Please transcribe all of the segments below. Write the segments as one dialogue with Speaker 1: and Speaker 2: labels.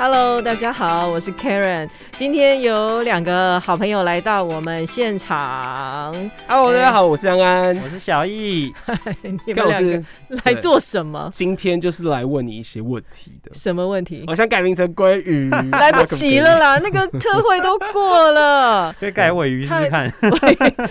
Speaker 1: Hello，大家好，我是 Karen。今天有两个好朋友来到我们现场，
Speaker 2: Hello，大家好，我是杨安。
Speaker 3: 我是小 易，
Speaker 1: 哎你
Speaker 2: 看
Speaker 1: 们
Speaker 2: 我
Speaker 1: 两个
Speaker 2: 是
Speaker 1: 来做什么？
Speaker 2: 今天就是来问你一些问题的，
Speaker 1: 什么问题？
Speaker 2: 我想改名成鲑 鱼，
Speaker 1: 来不及了啦，那个特惠都过了，
Speaker 3: 可以改尾鱼试试看。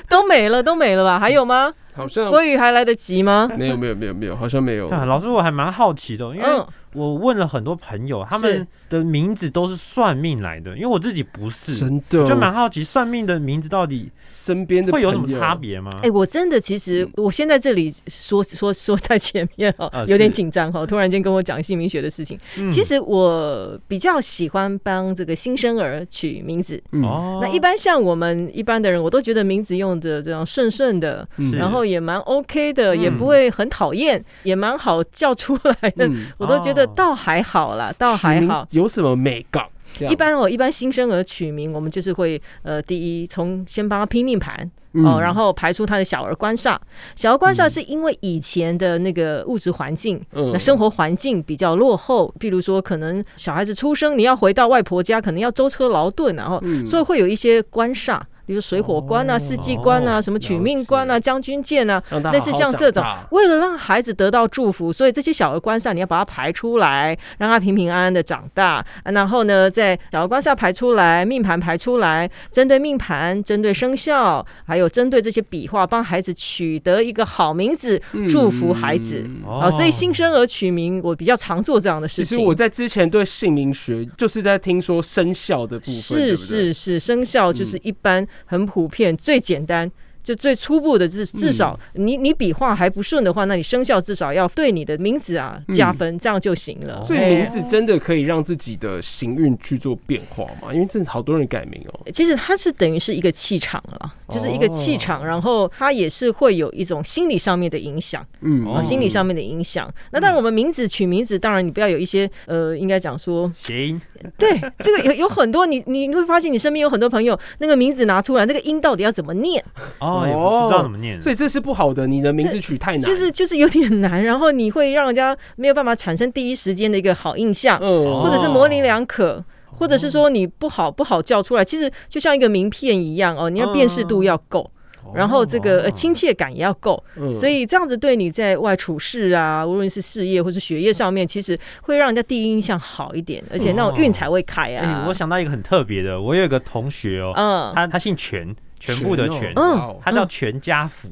Speaker 1: 都没了，都没了吧？还有 吗？
Speaker 2: 好像
Speaker 1: 郭宇还来得及吗？
Speaker 2: 没有没有没有没有，好像没有。
Speaker 3: 对啊 老师，我还蛮好奇的，哦因为
Speaker 1: 嗯，
Speaker 3: 我问了很多朋友，他
Speaker 1: 是
Speaker 3: 们的名字都是算命来的，因为我自己不是，
Speaker 2: 真的，
Speaker 3: 就蛮好奇算命的名字到底
Speaker 2: 身边的
Speaker 3: 会有什么
Speaker 2: 朋友
Speaker 3: 差？别吗
Speaker 1: 哎、？我真的其实我先在这里说说说在前面哦、
Speaker 3: 嗯啊
Speaker 1: 有点
Speaker 3: 是
Speaker 1: 紧张哈，突然间跟我讲姓名学的事情。
Speaker 3: 嗯
Speaker 1: 其实我比较喜欢帮这个新生儿取名字。
Speaker 2: 嗯，
Speaker 3: 哦，
Speaker 1: 那一般像我们一般的人，我都觉得名字用的这样顺顺的，
Speaker 2: 嗯
Speaker 3: 是
Speaker 1: 然后也蛮 OK 的，也
Speaker 3: 嗯
Speaker 1: 不会很讨厌，也蛮好叫出来的。
Speaker 2: 嗯，
Speaker 1: 我都觉得
Speaker 3: 哦
Speaker 1: 倒还好啦，倒还好。
Speaker 2: 取名有什么美感？这样
Speaker 1: 一般哦，一般新生儿取名，我们就是会呃，第一从先帮他拼命盘
Speaker 2: 嗯
Speaker 1: 哦，然后排出他的小儿关煞。小儿关煞
Speaker 2: 嗯
Speaker 1: 是因为以前的那个物质环境。
Speaker 2: 嗯
Speaker 1: 那生活环境比较落后，譬如说，可能小孩子出生，你要回到外婆家，可能要舟车劳顿啊，然后、
Speaker 2: 嗯
Speaker 1: 所以会有一些官煞，比如水火官啊、
Speaker 2: 哦
Speaker 1: 四季官啊、
Speaker 2: 哦
Speaker 1: 什么取命官啊、
Speaker 2: 了
Speaker 1: 将军剑啊，
Speaker 2: 让他
Speaker 1: 类似像这种
Speaker 2: 好好长大，
Speaker 1: 为了让孩子得到祝福，所以这些小儿关煞你要把它排出来，让他平平安安的长大。啊然后呢，在小儿关煞排出来，命盘排出来，针对命盘、针对生肖，还有针对这些笔画，帮孩子取得一个好名字，祝福孩子。
Speaker 2: 嗯
Speaker 3: 哦
Speaker 1: 啊、所以新生儿取名，我比较常做这样的事
Speaker 2: 其
Speaker 1: 情。
Speaker 2: 实我在之前对姓名学就是在听说生肖的部分，对
Speaker 1: 是
Speaker 2: 嗯不对
Speaker 1: 是是，生肖就是一般很普遍、最简单。就最初步
Speaker 2: 嗯
Speaker 1: 的至至少你你笔画还不顺的话，那你生肖至少要对你的名字啊
Speaker 2: 嗯
Speaker 1: 加分，这样就行了。
Speaker 2: 所以
Speaker 1: 哎
Speaker 2: 名字真的可以让自己的行运去做变化嘛？因为真的好多人改名哦。
Speaker 1: 哎其实它是等于是一个气场了，就是一个气场，然后它也是会有一种心理上面的影响，
Speaker 2: 嗯
Speaker 1: 啊，
Speaker 3: 哦
Speaker 1: 心理上面的影响。那当然，我们名字取名字，当然你不要有一些
Speaker 2: 嗯
Speaker 1: 呃，应该讲说，
Speaker 3: 谐音
Speaker 1: 对这个有有很多，你你会发现你身边有很多朋友，那个名字拿出来，那个音到底要怎么念，
Speaker 3: 哦，也
Speaker 2: 哦
Speaker 3: 不不知道怎么念，
Speaker 2: 所以这是不好的，你的名字取太难。
Speaker 1: 就是就是有点难，然后你会让人家没有办法产生第一时间的一个好印象，
Speaker 2: 嗯
Speaker 1: 或者是
Speaker 3: 哦
Speaker 1: 模棱两可。或者是说你不好不好叫出来，其实就像一个名片一样哦，你
Speaker 2: 嗯
Speaker 1: 要辨识度要够，
Speaker 3: 哦
Speaker 1: 然后这个呃亲切感也要够，
Speaker 2: 嗯
Speaker 1: 所以这样子对你在外处事啊，无论是事业或是学业上面，其实会让人家第一印象好一
Speaker 2: 嗯
Speaker 1: 点，而且那种运才会开啊
Speaker 3: 哎，。我想到一个很特别的，我有一个同学哦，
Speaker 1: 嗯，
Speaker 3: 他他姓全，全部的全，
Speaker 1: 哦嗯
Speaker 2: 哇哦
Speaker 3: 他叫全家福。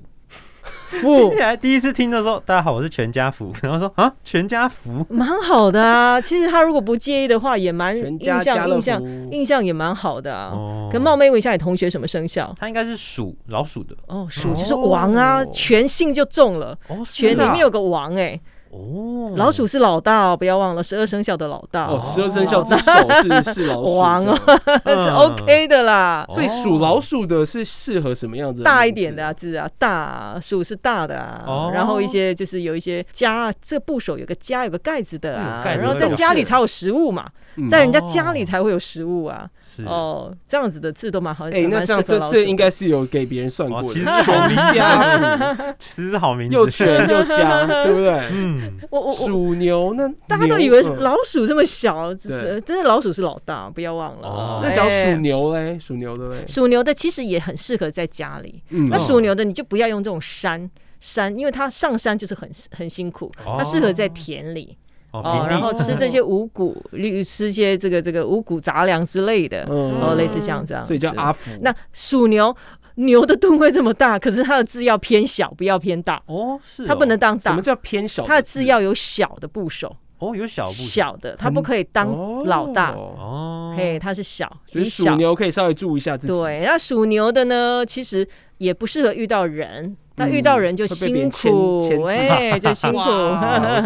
Speaker 1: 不
Speaker 3: 听起 来第一次听的时候，大家好，我是全家福，然后说啊，全家福，
Speaker 1: 蛮好的啊。其实他如果不介意的话，也蛮
Speaker 2: 全
Speaker 1: 印
Speaker 2: 家家
Speaker 1: 象印
Speaker 2: 乐福
Speaker 1: 象印象也蛮好的啊。
Speaker 3: 哦
Speaker 1: 可冒昧问一下，你同学什么生肖？
Speaker 3: 他应该是属老鼠的
Speaker 1: 哦，鼠就是王啊，
Speaker 2: 哦
Speaker 1: 全姓就中了。
Speaker 3: 哦，
Speaker 1: 全里
Speaker 2: 的啊
Speaker 1: 面有个王哎、
Speaker 3: 哦，
Speaker 1: 老鼠是老大哦，不要忘了十二生肖的老大
Speaker 2: 哦，
Speaker 1: 哦，
Speaker 2: 十二生肖之首是是老鼠
Speaker 1: 王啊
Speaker 2: 这样
Speaker 1: 是
Speaker 3: 嗯啊
Speaker 1: OK 的啦，
Speaker 2: 所以属老鼠的是适合什么样子？
Speaker 1: 大一点的啊，字啊，大啊鼠是大的啊，
Speaker 3: 哦
Speaker 1: 然后一些就是有一些家，这部首有个家有个盖子的啊
Speaker 3: 嗯，盖子
Speaker 1: 然后在
Speaker 3: 的
Speaker 1: 家里才有食物嘛，
Speaker 2: 嗯
Speaker 1: 在人家家里才会有食物啊，
Speaker 3: 是哦，
Speaker 1: 哦，这样子的字都蛮好，
Speaker 2: 哎，那
Speaker 1: 蛮
Speaker 2: 这
Speaker 1: 适
Speaker 2: 样
Speaker 1: 合
Speaker 2: 这
Speaker 1: 老鼠
Speaker 2: 这应
Speaker 1: 的。
Speaker 2: 该是有给别人算过的，
Speaker 3: 哦其实
Speaker 2: 全家福
Speaker 3: 其实是好名 字，
Speaker 2: 又全 又家，对不对？
Speaker 3: 嗯，
Speaker 1: 我我我，
Speaker 2: 属牛那
Speaker 1: 大家都以为
Speaker 2: 牛嗯
Speaker 1: 老鼠这么小，只是真的老鼠是老大，不要忘了
Speaker 3: 哦
Speaker 1: 哦。
Speaker 2: 那讲
Speaker 1: 哎
Speaker 2: 属牛嘞，属牛的嘞，
Speaker 1: 属牛的其实也很适合在家里。
Speaker 2: 嗯
Speaker 1: 那
Speaker 3: 哦
Speaker 1: 属牛的你就不要用这种山山，因为它上山就是很很辛苦，
Speaker 3: 哦
Speaker 1: 它适合在田里
Speaker 3: 哦，
Speaker 1: 哦
Speaker 3: 平，地
Speaker 1: 然后吃这些五谷，例如吃些这个这个五谷杂粮之类的，
Speaker 2: 嗯
Speaker 1: 哦，类似像这样子。
Speaker 2: 所以叫阿福。
Speaker 1: 那属牛牛的吨位这么大，可是它的字要偏小，不要偏大，
Speaker 3: 哦是哦，
Speaker 1: 它不能当
Speaker 2: 什
Speaker 1: 大
Speaker 2: 么，叫偏小？
Speaker 1: 它的字要有小的部首，
Speaker 3: 哦有小部
Speaker 1: 小的，它不可以当老大，
Speaker 2: 哦
Speaker 3: 哦，
Speaker 1: 嘿，它是小，
Speaker 2: 所以
Speaker 1: 以
Speaker 2: 属
Speaker 1: 小
Speaker 2: 牛可以稍微注意一下自己。
Speaker 1: 对，那属牛的呢，其实也不适合遇到人那遇到人就
Speaker 2: 嗯会被别
Speaker 1: 辛
Speaker 2: 人牵
Speaker 1: 苦，
Speaker 2: 牵制
Speaker 1: 哎，就辛苦。
Speaker 3: 好
Speaker 4: 哇
Speaker 3: 了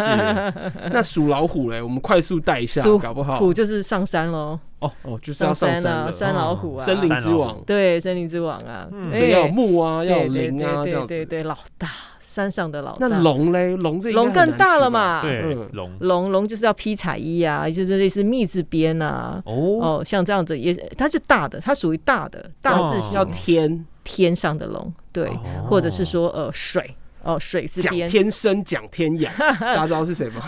Speaker 3: 解
Speaker 2: 那属老虎嘞，我们快速带一下
Speaker 1: 属，
Speaker 2: 搞不好
Speaker 1: 虎就是上山喽，
Speaker 2: 哦，就是要上
Speaker 1: 山
Speaker 2: 山
Speaker 1: 啊，
Speaker 2: 了，哦
Speaker 1: 山老虎啊，
Speaker 2: 森林之
Speaker 3: 山老
Speaker 2: 王
Speaker 3: 虎，
Speaker 1: 对森林之王啊，
Speaker 3: 嗯
Speaker 2: 所以要有
Speaker 1: 哎
Speaker 2: 木啊，要
Speaker 1: 对
Speaker 2: 有
Speaker 1: 对
Speaker 2: 林
Speaker 1: 对
Speaker 2: 啊，这
Speaker 1: 对
Speaker 2: 样
Speaker 1: 对
Speaker 2: 子。
Speaker 1: 对，老大，山上的老大。
Speaker 2: 那龙嘞，龙这应该
Speaker 1: 龙
Speaker 2: 很难
Speaker 1: 更大
Speaker 2: 取
Speaker 1: 了
Speaker 2: 吧？
Speaker 1: 嘛？
Speaker 3: 对
Speaker 2: 嗯
Speaker 3: 龙
Speaker 1: 啊龙龙就是要披彩衣啊，也就是类似密字边啊。
Speaker 3: 哦，
Speaker 1: 哦，像这样子也，它是大的，它属于大的大字
Speaker 3: 哦
Speaker 1: 形
Speaker 2: 要天
Speaker 1: 天上的龙，对，
Speaker 3: 哦
Speaker 1: 或者是说呃水哦水字
Speaker 2: 讲
Speaker 1: 边，
Speaker 2: 天生，讲天 养，大家知道是谁 吗？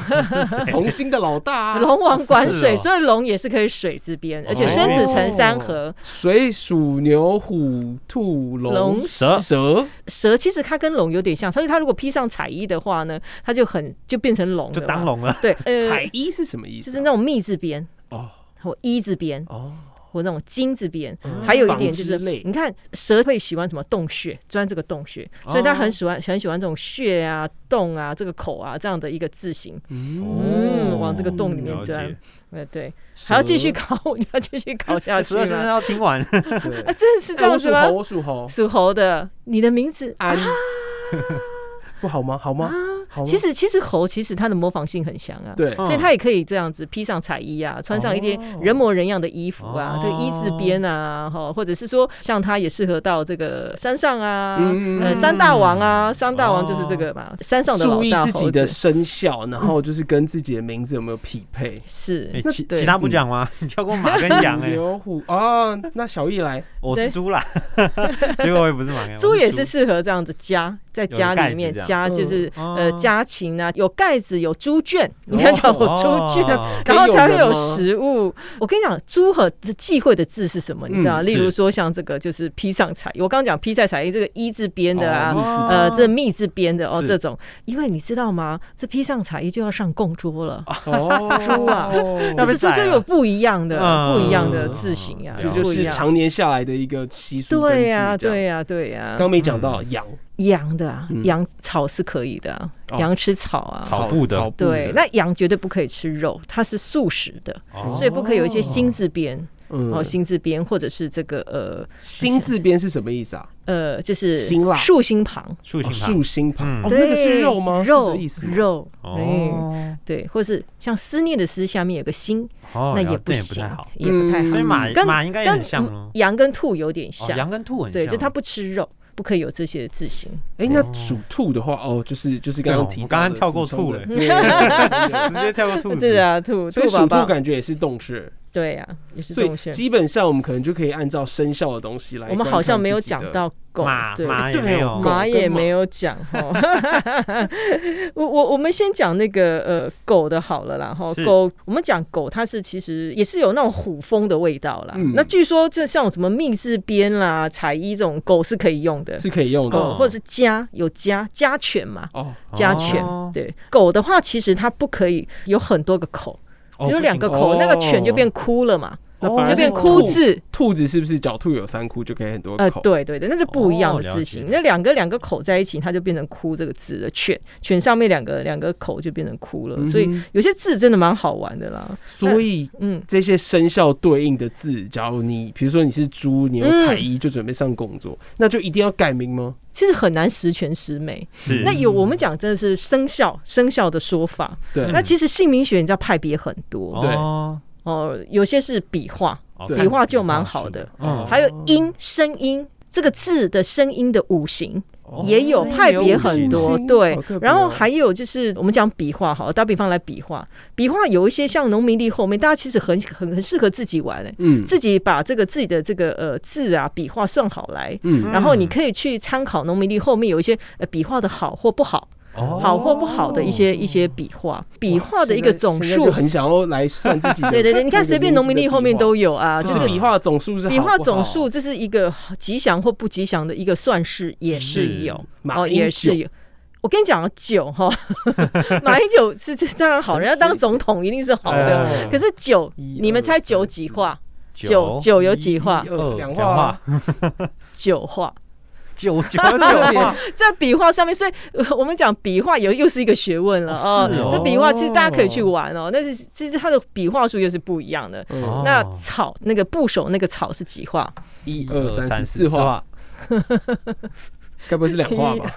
Speaker 2: 红星的老大啊，
Speaker 1: 龙王管水，
Speaker 3: 哦
Speaker 1: 所以龙也是可以水字边，而且
Speaker 3: 哦
Speaker 1: 生子成三合。
Speaker 2: 水、鼠、牛、虎、兔、龙、
Speaker 1: 龙
Speaker 3: 蛇
Speaker 2: 蛇，
Speaker 1: 蛇其实它跟龙有点像，所以它如果披上彩衣的话呢，它就很就变成龙了嘛，
Speaker 3: 就当 龙了，
Speaker 1: 对，呃，
Speaker 2: 彩衣是什么意思啊？
Speaker 1: 就是那种密字边
Speaker 2: 哦
Speaker 1: 或一字边
Speaker 2: 哦，
Speaker 1: 或那种金字边，
Speaker 2: 嗯
Speaker 1: 还有一点就是，
Speaker 2: 纺织类
Speaker 1: 你看蛇会喜欢什么洞穴，钻这个洞穴，所以它很喜欢很喜欢这种穴啊、洞啊、这个口啊这样的一个字形。嗯往这个洞里面
Speaker 3: 了解
Speaker 1: 钻呃，对，还要继续
Speaker 2: 蛇
Speaker 1: 考，你要继续考下去
Speaker 3: 哎十二生肖啊
Speaker 1: 吗？
Speaker 3: 要 听完，
Speaker 2: 对
Speaker 1: 啊，真的是这
Speaker 2: 哎我
Speaker 1: 样子
Speaker 2: 属
Speaker 1: 吗
Speaker 2: 猴，？啊我属猴，
Speaker 1: 属猴的，你的名字
Speaker 2: 安，不好吗？好吗？好吗？
Speaker 1: 其实其实猴其实它的模仿性很强啊。
Speaker 2: 对，
Speaker 3: 嗯
Speaker 1: 所以它也可以这样子披上彩衣啊，穿上一点
Speaker 2: 哦
Speaker 1: 人模人样的衣服啊，
Speaker 3: 哦
Speaker 1: 这个一字边啊，哈，或者是说像它也适合到这个山上啊，
Speaker 2: 嗯
Speaker 1: 呃，山大王啊，山大王就是这个嘛，山上的老
Speaker 2: 注意
Speaker 1: 大
Speaker 2: 自己
Speaker 1: 猴
Speaker 2: 的
Speaker 1: 子
Speaker 2: 生肖，然后就是跟自己的名字有没有匹配。
Speaker 3: 哎
Speaker 1: 是，
Speaker 3: 其
Speaker 1: 对嗯
Speaker 3: 其他不讲吗？ 你跳过马跟羊哎，
Speaker 2: 牛虎啊，那小易来，
Speaker 3: 我是
Speaker 1: 对
Speaker 3: 猪啦， 结果我也不是马跟羊，
Speaker 1: 猪
Speaker 3: 我
Speaker 1: 也是适合这样子加在家里面
Speaker 3: 有盖子这
Speaker 1: 加，
Speaker 2: 样
Speaker 1: 就是
Speaker 3: 嗯
Speaker 1: 呃
Speaker 3: 哦
Speaker 1: 家禽啊，有盖子，有猪圈，
Speaker 2: 哦
Speaker 1: 你看讲有猪圈。
Speaker 3: 哦
Speaker 1: 然后才会
Speaker 2: 可以有
Speaker 1: 有
Speaker 2: 人吗
Speaker 1: 食物。我跟你讲，猪和忌讳的字是什么？你知道吗？
Speaker 3: 嗯
Speaker 1: 例如
Speaker 3: 是
Speaker 1: 说像这个就是披上彩，我刚刚讲披上彩衣这个一字边的啊，
Speaker 2: 嗯
Speaker 3: 哦
Speaker 1: 呃，这密字边的哦，
Speaker 3: 是
Speaker 1: 这种，因为你知道吗？这披上彩衣就要上供桌了，
Speaker 2: 哦，
Speaker 1: 猪啊这
Speaker 3: 要
Speaker 1: 是
Speaker 3: 被
Speaker 1: 猪
Speaker 3: 宰
Speaker 1: 就
Speaker 3: 了
Speaker 1: 有不一样的、
Speaker 3: 嗯
Speaker 1: 不一样的字形啊，
Speaker 2: 这
Speaker 3: 了
Speaker 2: 就
Speaker 1: 不一
Speaker 2: 是
Speaker 1: 样。
Speaker 2: 常年下来的一个习俗根据。
Speaker 1: 对呀、
Speaker 2: 这样
Speaker 1: 对呀、对呀、
Speaker 2: 刚没讲到羊，
Speaker 1: 羊的啊，
Speaker 2: 嗯
Speaker 1: 羊草是可以的、啊，
Speaker 2: 哦
Speaker 1: 羊吃草啊。
Speaker 3: 草布的
Speaker 2: 草布
Speaker 1: 对
Speaker 2: 的，
Speaker 1: 那羊绝对不可以吃肉，它是素食的，
Speaker 3: 哦
Speaker 1: 所以不可以有一些心字边，
Speaker 2: 嗯
Speaker 1: 哦，心字边或者是这个呃
Speaker 2: 心字边是什么意思啊？
Speaker 1: 呃，就是
Speaker 2: 辛辣
Speaker 1: 竖心旁，
Speaker 3: 竖
Speaker 2: 哦
Speaker 3: 形
Speaker 2: 竖心旁，
Speaker 3: 嗯
Speaker 2: 哦，
Speaker 1: 对，
Speaker 2: 那个是肉吗？是
Speaker 1: 肉
Speaker 2: 的意思吗，
Speaker 1: 肉，
Speaker 3: 旁
Speaker 1: 嗯，
Speaker 3: 哦
Speaker 1: 对，或是像思念的思下面有个心，
Speaker 3: 哦，
Speaker 1: 那
Speaker 3: 了
Speaker 1: 也
Speaker 3: 这也不
Speaker 1: 行
Speaker 3: 太好，，
Speaker 1: 也不太
Speaker 2: 嗯
Speaker 1: 好。
Speaker 3: 所以马
Speaker 1: 跟
Speaker 3: 马应该也很像
Speaker 1: 嗯
Speaker 3: 哦，
Speaker 1: 羊跟兔有点
Speaker 3: 哦
Speaker 1: 像，
Speaker 3: 羊跟兔很像，
Speaker 1: 对，就它不吃肉，不可以有这些字形。
Speaker 2: 哎，那属兔的话，哦，就是就是刚刚提到的，
Speaker 3: 对我刚刚跳过
Speaker 2: 补充
Speaker 3: 兔
Speaker 2: 的
Speaker 3: 了
Speaker 2: 对对对
Speaker 3: 直接跳过兔子，
Speaker 1: 对啊，兔
Speaker 2: 所以
Speaker 1: 兔
Speaker 2: 属
Speaker 1: 宝
Speaker 2: 兔
Speaker 1: 宝，
Speaker 2: 感觉也是洞穴，
Speaker 1: 对呀，也是
Speaker 2: 所
Speaker 1: 洞
Speaker 2: 以
Speaker 1: 穴。
Speaker 2: 基本上我们可能就可以按照生肖的东西来。
Speaker 1: 我们好像没有讲，到狗，
Speaker 3: 马
Speaker 1: 对。
Speaker 3: 马也
Speaker 2: 对
Speaker 3: 没
Speaker 2: 哦
Speaker 3: 有，
Speaker 1: 马
Speaker 2: 狗跟
Speaker 1: 也
Speaker 2: 马
Speaker 1: 没有 讲哦， 我我我们先讲那个呃狗的好了啦哈，
Speaker 3: 是
Speaker 1: 狗我们讲狗它是其实也是有那种虎风的味道啦。
Speaker 2: 嗯
Speaker 1: 那据说这像什么密字边啦、彩衣这种狗是可以用的，
Speaker 2: 是可以用的
Speaker 1: 狗
Speaker 3: 哦
Speaker 1: 或者是家有家家犬嘛，
Speaker 2: 哦。
Speaker 1: 家犬。
Speaker 3: 哦
Speaker 1: 对，狗的话其实它不可以有很多个口，
Speaker 3: 哦
Speaker 1: 有两个
Speaker 2: 不行
Speaker 1: 口，那个犬
Speaker 2: 哦
Speaker 1: 就变哭了嘛，
Speaker 2: 那
Speaker 3: 哦
Speaker 2: 反而
Speaker 1: 就是变
Speaker 2: 兔
Speaker 1: 哭字。
Speaker 2: 兔子是不是狡兔有三窟就可以很多
Speaker 1: 呃，
Speaker 2: 口？
Speaker 1: 对对对，那是不一样
Speaker 3: 哦
Speaker 1: 的
Speaker 3: 了
Speaker 1: 字
Speaker 3: 解
Speaker 1: 形。那两个两个口在一起，它就变成“哭”这个字了。犬犬上面两个两个口就变成“哭”了，
Speaker 2: 嗯哼
Speaker 1: 所以有些字真的蛮好玩的啦。
Speaker 2: 所以
Speaker 1: 嗯，
Speaker 2: 这些生肖对应的字，假如你比如说你是猪，你有彩衣就准备上工作，
Speaker 1: 嗯
Speaker 2: 那就一定要改名吗？
Speaker 1: 其实很难十全十美。
Speaker 3: 是
Speaker 1: 那有我们讲真的是生肖生肖的说法，
Speaker 2: 对，
Speaker 1: 那其实姓名学你知道派别很多
Speaker 2: 对
Speaker 3: 哦，
Speaker 1: 哦，有些是笔画，
Speaker 3: 哦
Speaker 2: 对
Speaker 3: 看
Speaker 1: 笔画就蛮好的
Speaker 2: 哦
Speaker 3: 嗯，
Speaker 1: 还有音声音。这个字的声音的五行
Speaker 2: 哦
Speaker 1: 也有
Speaker 3: 声音
Speaker 1: 派
Speaker 3: 有
Speaker 1: 别
Speaker 3: 五
Speaker 1: 很
Speaker 3: 行
Speaker 1: 多，
Speaker 2: 哦
Speaker 1: 对
Speaker 2: 好特别哦。
Speaker 1: 然后还有就是我们讲笔画，好了，打比方来笔画，笔画有一些像农民历后面，大家其实很很很适合自己玩、欸，
Speaker 2: 嗯
Speaker 1: 自己把这个自己的这个呃字啊笔画算好来，
Speaker 2: 嗯
Speaker 3: 嗯
Speaker 1: 然后你可以去参考农民历后面有一些呃笔画的好或不好，
Speaker 3: 哦
Speaker 1: 好或不好的一些一些笔画，笔画的一个总
Speaker 2: 哦现在就
Speaker 1: 数。
Speaker 2: 很想要来算 自己的。
Speaker 1: 对对对，你看随便农民历后面都
Speaker 2: 有，
Speaker 1: 有啊，
Speaker 2: 就
Speaker 1: 就是是
Speaker 2: 笔画总数是
Speaker 1: 笔
Speaker 2: 好不
Speaker 1: 画
Speaker 2: 好
Speaker 1: 总数，这是一个吉祥或不吉祥的一个算式，也是
Speaker 3: 是
Speaker 1: 有
Speaker 2: 马
Speaker 1: 哦，
Speaker 2: 英
Speaker 1: 也是
Speaker 2: 九
Speaker 1: 有。我跟你讲啊，酒哈， 马英九是这当然好，人家当总统一定是好的。
Speaker 2: 哎
Speaker 1: 哦可是酒，
Speaker 2: 一
Speaker 1: 你们
Speaker 2: 二
Speaker 1: 猜酒
Speaker 2: 三
Speaker 1: 几
Speaker 2: 四
Speaker 1: 画？酒酒有几画
Speaker 2: 一？
Speaker 3: 二
Speaker 2: 二两
Speaker 3: 哦两
Speaker 2: 画
Speaker 3: 画，
Speaker 1: 九画，
Speaker 3: 九九
Speaker 2: 这个
Speaker 3: 九
Speaker 2: 点
Speaker 3: 画，
Speaker 1: 在笔画上面，所以呃我们讲笔画有又是一个学问了
Speaker 3: 哦
Speaker 1: 啊
Speaker 3: 是哦。
Speaker 1: 这笔画其实大家可以去玩哦，但是其实它的笔画数又是不一样的。
Speaker 2: 嗯
Speaker 3: 哦
Speaker 1: 那草那个部首那个草是几画？
Speaker 2: 一二
Speaker 3: 三
Speaker 2: 三四四画，该不会是两画吧？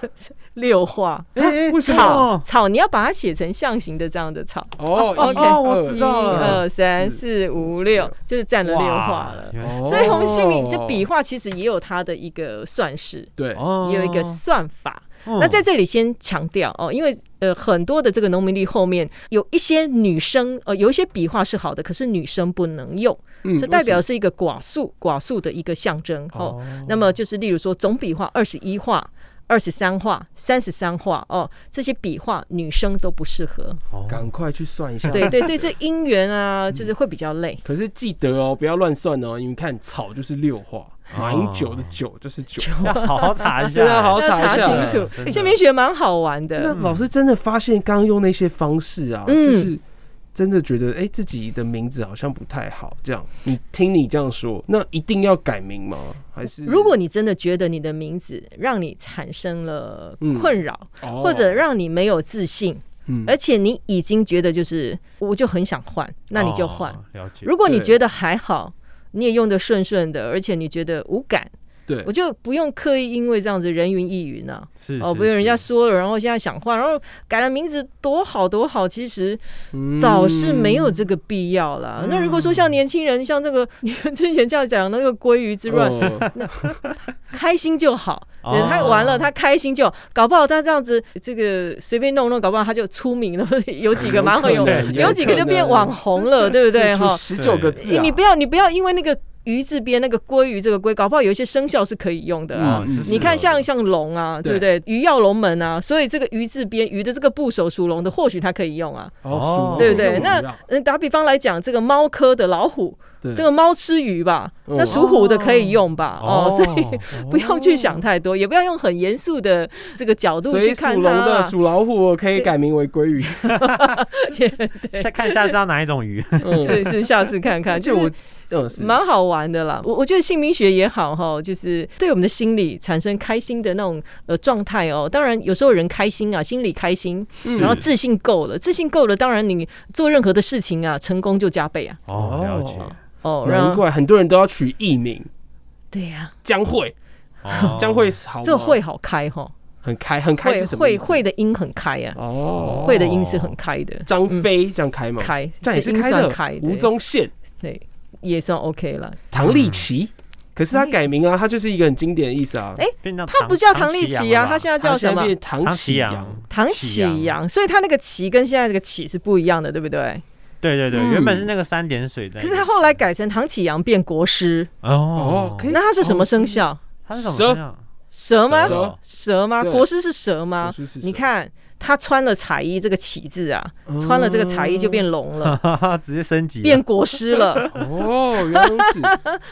Speaker 1: 六画
Speaker 3: 哎，
Speaker 2: 为什么
Speaker 3: 草
Speaker 1: 草草，你要把它写成象形的这样的草。哦
Speaker 2: 哦一
Speaker 1: OK，
Speaker 2: 二
Speaker 3: 我知道
Speaker 1: 一
Speaker 2: 嗯
Speaker 3: 了
Speaker 1: 二三
Speaker 2: 四
Speaker 1: 四五六，就是占了六画了。
Speaker 2: 哦
Speaker 1: 所以我们姓名这笔画其实也有它的一个算式，
Speaker 2: 对，
Speaker 3: 哦
Speaker 1: 也有一个算法。
Speaker 3: 嗯
Speaker 1: 那在这里先强调哦，因为呃很多的这个农民历后面有一些女生呃有一些笔画是好的，可是女生不能用，
Speaker 2: 嗯
Speaker 1: 这代表
Speaker 2: 为
Speaker 1: 是一个寡数寡数的一个象征哦。
Speaker 3: 哦
Speaker 1: 那么就是例如说总笔画二十一画。二十三画、三十三画哦，这些笔画女生都不适合。
Speaker 3: 哦
Speaker 2: 什么赶快去算一下。
Speaker 1: 对对对，这姻缘啊，就是会比较累。
Speaker 2: 可是记得哦，不要乱算哦，因为看草就是六画，
Speaker 1: 哦
Speaker 2: 马英九的九就是九。
Speaker 3: 要好好 查一下，
Speaker 2: 真的啊好好
Speaker 1: 要
Speaker 2: 查
Speaker 1: 查
Speaker 2: 一下
Speaker 1: 清
Speaker 3: 真
Speaker 1: 楚，
Speaker 3: 的
Speaker 1: 姓名学蛮好玩的。
Speaker 2: 那老师真的发现，刚刚用那些方式啊，
Speaker 1: 嗯
Speaker 2: 就是真的觉得，哎、自己的名字好像不太好。这样，你听你这样说，那一定要改名吗？还是
Speaker 1: 如果你真的觉得你的名字让你产生了困扰，
Speaker 2: 哦
Speaker 1: 或者让你没有自信，
Speaker 2: 嗯
Speaker 1: 而且你已经觉得就是我就很想换，那你就换。
Speaker 3: 哦了解。
Speaker 1: 如果你
Speaker 2: 对
Speaker 1: 觉得还好，你也用的顺顺的，而且你觉得无感，
Speaker 2: 对
Speaker 1: 我就不用刻意因为这样子人云亦云啊。
Speaker 3: 是
Speaker 1: 哦，
Speaker 3: 是
Speaker 1: 不用人家
Speaker 3: 是
Speaker 1: 说了，然后现在想换，然后改了名字多好多好，其实
Speaker 2: 嗯
Speaker 1: 倒是没有这个必要啦。那如果说像年轻人，像这个 你们之前这样讲的那个鲑鱼之乱，
Speaker 2: 哦
Speaker 1: 开心就好，对
Speaker 3: 哦
Speaker 1: 他玩了，他开心就好，搞不好他这样子这个随便弄弄，搞不好他就出名了， 有几个蛮会有
Speaker 3: 有可能，
Speaker 1: 有几个就变网红了，对不 对哈？
Speaker 2: 十九个字、啊，
Speaker 1: 你不要你不要因为那个鱼字边那个鲑鱼这个鲑，搞不好有一些生肖是可以用的啊。
Speaker 3: 嗯
Speaker 2: 是
Speaker 3: 是
Speaker 1: 你看
Speaker 3: 是
Speaker 1: 像像龙啊，对不对？鱼跃龙门啊，所以这个鱼字边鱼的这个部首属龙的，或许它可以用啊。
Speaker 2: 哦，
Speaker 3: 哦
Speaker 1: 对不对？
Speaker 2: 属龙
Speaker 1: 那嗯，打比方来讲，这个猫科的老虎，
Speaker 2: 对
Speaker 1: 这个猫吃鱼吧，
Speaker 2: 嗯
Speaker 1: 那属虎的可以用吧？哦，所以
Speaker 3: 以
Speaker 1: 不用去想太多，也不要用很严肃的这个角度
Speaker 2: 哦所以
Speaker 1: 去
Speaker 2: 属
Speaker 1: 看
Speaker 2: 龙
Speaker 1: 它啊
Speaker 2: 的、
Speaker 1: 啦。
Speaker 2: 属老虎可以改名为鲑 鱼。
Speaker 3: 下看下次要哪一种鱼，
Speaker 1: 是是，下次看看，
Speaker 2: 而且
Speaker 1: 就
Speaker 2: 我
Speaker 1: 是，
Speaker 2: 嗯，是
Speaker 1: 蛮好玩的啦。我我觉得姓名学也好哈，就是对我们的心理产生开心的那种呃状态哦。当然，有时候人开心啊，心里开心，
Speaker 2: 嗯
Speaker 3: 是
Speaker 1: 然后自信够了，自信够了，当然你做任何的事情啊，成功就加倍啊。
Speaker 3: 哦，了解，
Speaker 1: 哦，然
Speaker 2: 难
Speaker 1: 后
Speaker 2: 怪很多人都要取艺名，
Speaker 1: 对呀、
Speaker 2: 江蕙，
Speaker 3: 哦
Speaker 2: 江蕙好吗，
Speaker 1: 这会好开哈、
Speaker 2: 很开，很开
Speaker 1: 会
Speaker 2: 是什么
Speaker 1: 会
Speaker 2: 意思？
Speaker 1: 会的音很开啊，
Speaker 2: 哦，
Speaker 1: 会的音是很开的，
Speaker 2: 张飞这样开吗？
Speaker 1: 开，
Speaker 2: 哦这样也是
Speaker 1: 音
Speaker 2: 开
Speaker 1: 算
Speaker 2: 的，
Speaker 1: 嗯开，
Speaker 2: 吴
Speaker 1: 对
Speaker 2: 宗宪、
Speaker 1: 对也算 OK 了。
Speaker 2: 唐立奇，可是他
Speaker 1: 唐立奇
Speaker 2: 改名啊，他就是一个很经典的意思啊。
Speaker 1: 嗯哎
Speaker 3: 变成
Speaker 1: 他不叫唐立
Speaker 3: 奇
Speaker 1: 奇啊，他现在
Speaker 2: 他
Speaker 1: 叫
Speaker 2: 现
Speaker 1: 什
Speaker 2: 在
Speaker 1: 么？
Speaker 2: 变唐
Speaker 3: 唐
Speaker 2: 启
Speaker 3: 奇
Speaker 2: 阳
Speaker 3: 阳，，
Speaker 1: 唐
Speaker 3: 启
Speaker 1: 启
Speaker 3: 阳
Speaker 1: 阳，所以他那个“启”跟现在这个“启”是不一样的，对不对？
Speaker 3: 对对对，
Speaker 2: 嗯
Speaker 3: 原本是那个三点水在
Speaker 1: 可
Speaker 3: 那
Speaker 1: 是他
Speaker 3: 个，
Speaker 1: 后来改成唐启阳变国师，
Speaker 3: 哦
Speaker 2: 哦，可以
Speaker 1: 那他是什么生肖？
Speaker 3: 他是什么
Speaker 2: 蛇
Speaker 3: 生肖？
Speaker 1: 蛇吗？
Speaker 2: 蛇
Speaker 1: 蛇吗？
Speaker 2: 对
Speaker 1: 国师是蛇吗
Speaker 2: 国师是？
Speaker 1: 啊
Speaker 2: 蛇
Speaker 1: 你看他穿了彩衣这个“启”字啊
Speaker 2: 嗯，
Speaker 1: 穿了这个彩衣就变龙了，
Speaker 3: 哈哈， 直接升级了
Speaker 1: 变国师了，
Speaker 2: 哦，原来如此，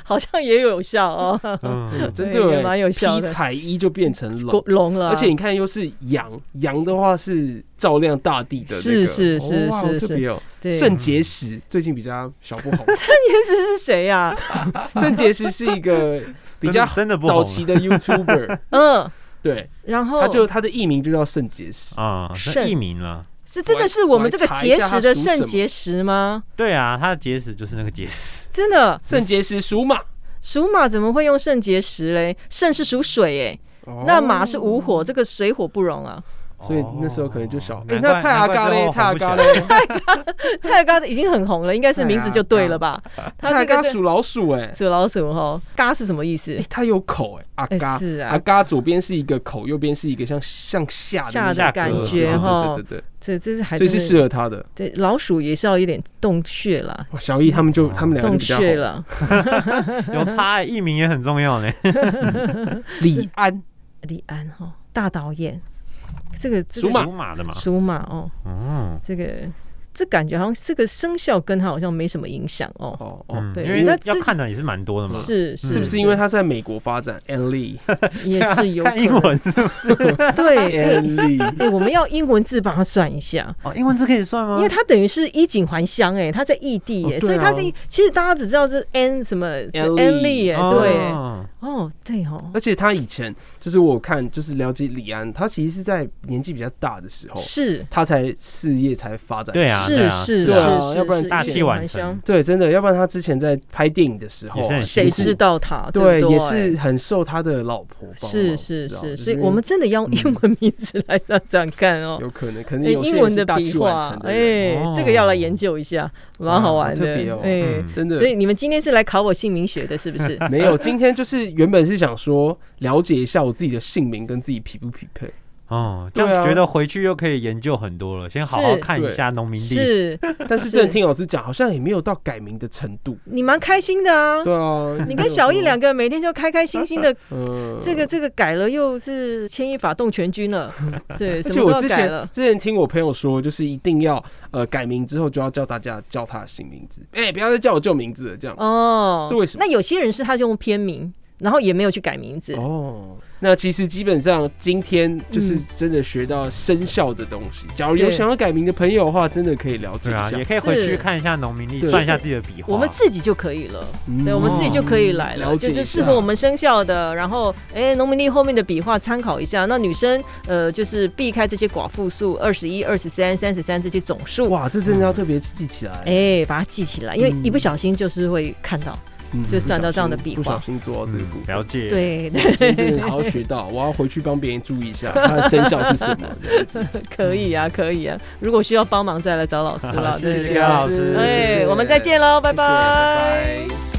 Speaker 1: 好像也有效哦。
Speaker 3: 嗯，
Speaker 2: 真
Speaker 1: 对
Speaker 2: 的
Speaker 1: 也蛮有效的
Speaker 2: 披彩衣就变成
Speaker 1: 国
Speaker 2: 龙，
Speaker 1: 龙了啊，
Speaker 2: 而且你看又是羊，羊的话是照亮大地的那个，
Speaker 1: 是是是
Speaker 2: 哦哇
Speaker 1: 是
Speaker 2: 好特
Speaker 1: 是
Speaker 2: 别哦。
Speaker 1: 对，
Speaker 2: 肾结石最近比较小不 红，
Speaker 1: 叶子是谁啊呀？
Speaker 2: 肾结石是一个比较
Speaker 3: 真的真的不红
Speaker 2: 早期的 YouTuber，
Speaker 1: 嗯，
Speaker 2: 对，
Speaker 1: 然后
Speaker 2: 他就他的艺名就叫肾结石，
Speaker 3: 啊，那
Speaker 1: 肾
Speaker 3: 艺名了。
Speaker 1: 是真的是我们这个
Speaker 2: 我来查一
Speaker 1: 结
Speaker 2: 下
Speaker 1: 石
Speaker 2: 它
Speaker 1: 的
Speaker 2: 属什
Speaker 1: 肾
Speaker 2: 么
Speaker 1: 结石吗？
Speaker 3: 对啊，他的结石就是那个结 石。
Speaker 1: 真的，
Speaker 2: 肾结石属马，
Speaker 1: 属马怎么会用肾结石嘞？肾是属水哎、
Speaker 3: 哦
Speaker 2: 哦
Speaker 1: 那马是无火，这个水火不容啊。
Speaker 2: 所以那时候可能就小
Speaker 3: 哦。
Speaker 2: 哎、
Speaker 3: 难怪
Speaker 2: 那蔡阿嘎嘞，
Speaker 3: 难
Speaker 2: 蔡阿嘎
Speaker 3: 怪最后
Speaker 2: 嘞，
Speaker 1: 蔡阿嘎已经很红了，应该是名字就对了吧？
Speaker 2: 蔡阿
Speaker 1: 这
Speaker 2: 嘎
Speaker 1: 个是
Speaker 2: 属老鼠哎、
Speaker 1: 属老鼠哈，嘎是什么意思
Speaker 2: 哎、？它有口哎、阿嘎、
Speaker 1: 哎是啊
Speaker 2: 阿嘎左边是一个口，右边是一个像向下的
Speaker 1: 下
Speaker 2: 那
Speaker 1: 的
Speaker 2: 种
Speaker 1: 感
Speaker 2: 对
Speaker 1: 觉哈
Speaker 2: 对，对对
Speaker 1: 这这是还
Speaker 2: 对，所
Speaker 1: 真
Speaker 2: 以是
Speaker 1: 的
Speaker 2: 适合他的。
Speaker 1: 对老鼠也是要一点洞穴啦，
Speaker 2: 哇，小易他们就
Speaker 3: 哦
Speaker 2: 他们两
Speaker 1: 洞
Speaker 2: 个就比较
Speaker 1: 穴
Speaker 2: 好。
Speaker 1: 了。
Speaker 3: 有差欸，艺名也很重要呢。
Speaker 2: 李安
Speaker 1: 李安哈，大导演，这个这
Speaker 2: 属
Speaker 1: 个
Speaker 2: 马
Speaker 3: 属马的嘛，
Speaker 1: 属马哦，
Speaker 3: 嗯，
Speaker 1: 这个这感觉好像这个生肖跟他好像没什么影响哦。
Speaker 2: 哦哦、
Speaker 3: 嗯
Speaker 1: 对
Speaker 3: 因为
Speaker 1: 那
Speaker 3: 要
Speaker 1: 自己
Speaker 3: 看的也是蛮多的嘛。
Speaker 1: 是
Speaker 2: 是
Speaker 1: 是
Speaker 2: 不是因为他在美国发展 ？An Lee
Speaker 1: 也是有
Speaker 3: 看
Speaker 1: 可
Speaker 3: 英
Speaker 1: 能
Speaker 3: 文是不是？
Speaker 1: 对，哎、
Speaker 2: An Lee
Speaker 1: 我们要英文字把它算一 下，
Speaker 3: 哦，英文字可以算吗
Speaker 1: 因为它等于是衣锦还乡哎、它在异地哎、
Speaker 2: 哦对啊
Speaker 1: 所以它的其实大家只知道是 N 什么
Speaker 2: N
Speaker 1: 是 N 利哎、对、
Speaker 3: 哦
Speaker 1: 哦，对哦，
Speaker 2: 而且他以前就是我有看就是了解李安，他其实是在年纪比较大的时候，
Speaker 1: 是
Speaker 2: 他才事业才发展。
Speaker 3: 对啊，对
Speaker 1: 是
Speaker 3: 啊，
Speaker 1: 是
Speaker 2: 哦对啊
Speaker 1: 是，
Speaker 2: 要不然
Speaker 1: 是
Speaker 2: 大
Speaker 1: 是
Speaker 3: 器晚
Speaker 1: 蛮
Speaker 3: 成
Speaker 1: 香
Speaker 2: 对，真的，要不然他之前在拍电影的时候啊，
Speaker 3: 也是很
Speaker 1: 谁知道他？
Speaker 2: 对，
Speaker 1: 不
Speaker 2: 也是很受他的老婆帮忙。
Speaker 1: 是是
Speaker 2: 知道
Speaker 1: 是，
Speaker 2: 就是
Speaker 1: 所以我们真的要用英文名字来想想看哦。
Speaker 2: 有可能，可能
Speaker 1: 哎，
Speaker 2: 嗯有些
Speaker 1: 英
Speaker 2: 人
Speaker 1: 文
Speaker 2: 是大
Speaker 1: 笔
Speaker 2: 器晚
Speaker 1: 画
Speaker 2: 成，的人，
Speaker 1: 哎
Speaker 3: 哦，
Speaker 1: 这个要来研究一下，蛮好玩
Speaker 2: 好
Speaker 1: 的
Speaker 2: 特别哦，
Speaker 1: 哎
Speaker 3: 嗯。
Speaker 2: 真的
Speaker 1: 所以你们今天是来考我姓名学的，是不 是？
Speaker 2: 没有。今天就是原本是想说了解一下我自己的姓名跟自己匹不匹配，
Speaker 3: 哦，这
Speaker 2: 对啊
Speaker 3: 样觉得回去又可以研究很多了。先好好
Speaker 1: 是
Speaker 3: 看一下农民地，
Speaker 1: 是，
Speaker 2: 但是
Speaker 1: 是
Speaker 2: 真的听老师讲，好像也没有到改名的程度。
Speaker 1: 你蛮开心的啊。
Speaker 2: 对啊，
Speaker 1: 你跟小易两个人每天就开开心心 的，
Speaker 2: 呃
Speaker 1: 这个这个改了又是牵一发动全军了， 对，
Speaker 2: 而
Speaker 1: 什
Speaker 2: 且
Speaker 1: 么都
Speaker 2: 我
Speaker 1: 要
Speaker 2: 之
Speaker 1: 改
Speaker 2: 前
Speaker 1: 了。
Speaker 2: 之前听我朋友说，就是一定要呃改名之后就要叫大家叫他的新名字，哎、不要再叫我旧名字了，这样。
Speaker 1: 哦
Speaker 2: 这为什么
Speaker 1: 那有些人是他就用片名，然后也没有去改名字。
Speaker 2: 哦，那其实基本上今天就是真的学到生肖的东西。假如有
Speaker 1: 对
Speaker 2: 想要改名的朋友的话，真的可以了解
Speaker 3: 对
Speaker 2: 一
Speaker 3: 啊，
Speaker 2: 下，
Speaker 3: 也可以回去
Speaker 1: 是
Speaker 3: 看一下农民地，
Speaker 2: 对
Speaker 3: 算一下自己的笔画。
Speaker 1: 我们自己就可以了，
Speaker 2: 嗯
Speaker 1: 对，我们自己就可以来了，
Speaker 2: 了解
Speaker 1: 就
Speaker 2: 一下
Speaker 1: 就适合我们生肖的。然后，哎，农民历后面的笔画参考一下。那女生，呃，就是避开这些寡妇数，二十一、二十三、三十三这些总数，
Speaker 2: 哇，这嗯真的要特别记起来。
Speaker 1: 哎，把它记起来，因为一不小心就是会看到。
Speaker 2: 嗯
Speaker 1: 就算到这样的笔画
Speaker 2: 不小心做到这个
Speaker 3: 嗯
Speaker 2: 部分。
Speaker 3: 了解，，
Speaker 1: 对，
Speaker 2: 今天真的好好学到，我要回去帮别人注意一下他的生肖是什么。这样子
Speaker 1: 可以啊，可以啊。如果需要帮忙，再来找老师了。
Speaker 3: 嗯谢
Speaker 1: 对
Speaker 3: 谢
Speaker 1: 对
Speaker 3: 高老师
Speaker 1: 哎，我们再见喽，拜
Speaker 2: 谢谢拜
Speaker 1: 拜
Speaker 2: 拜。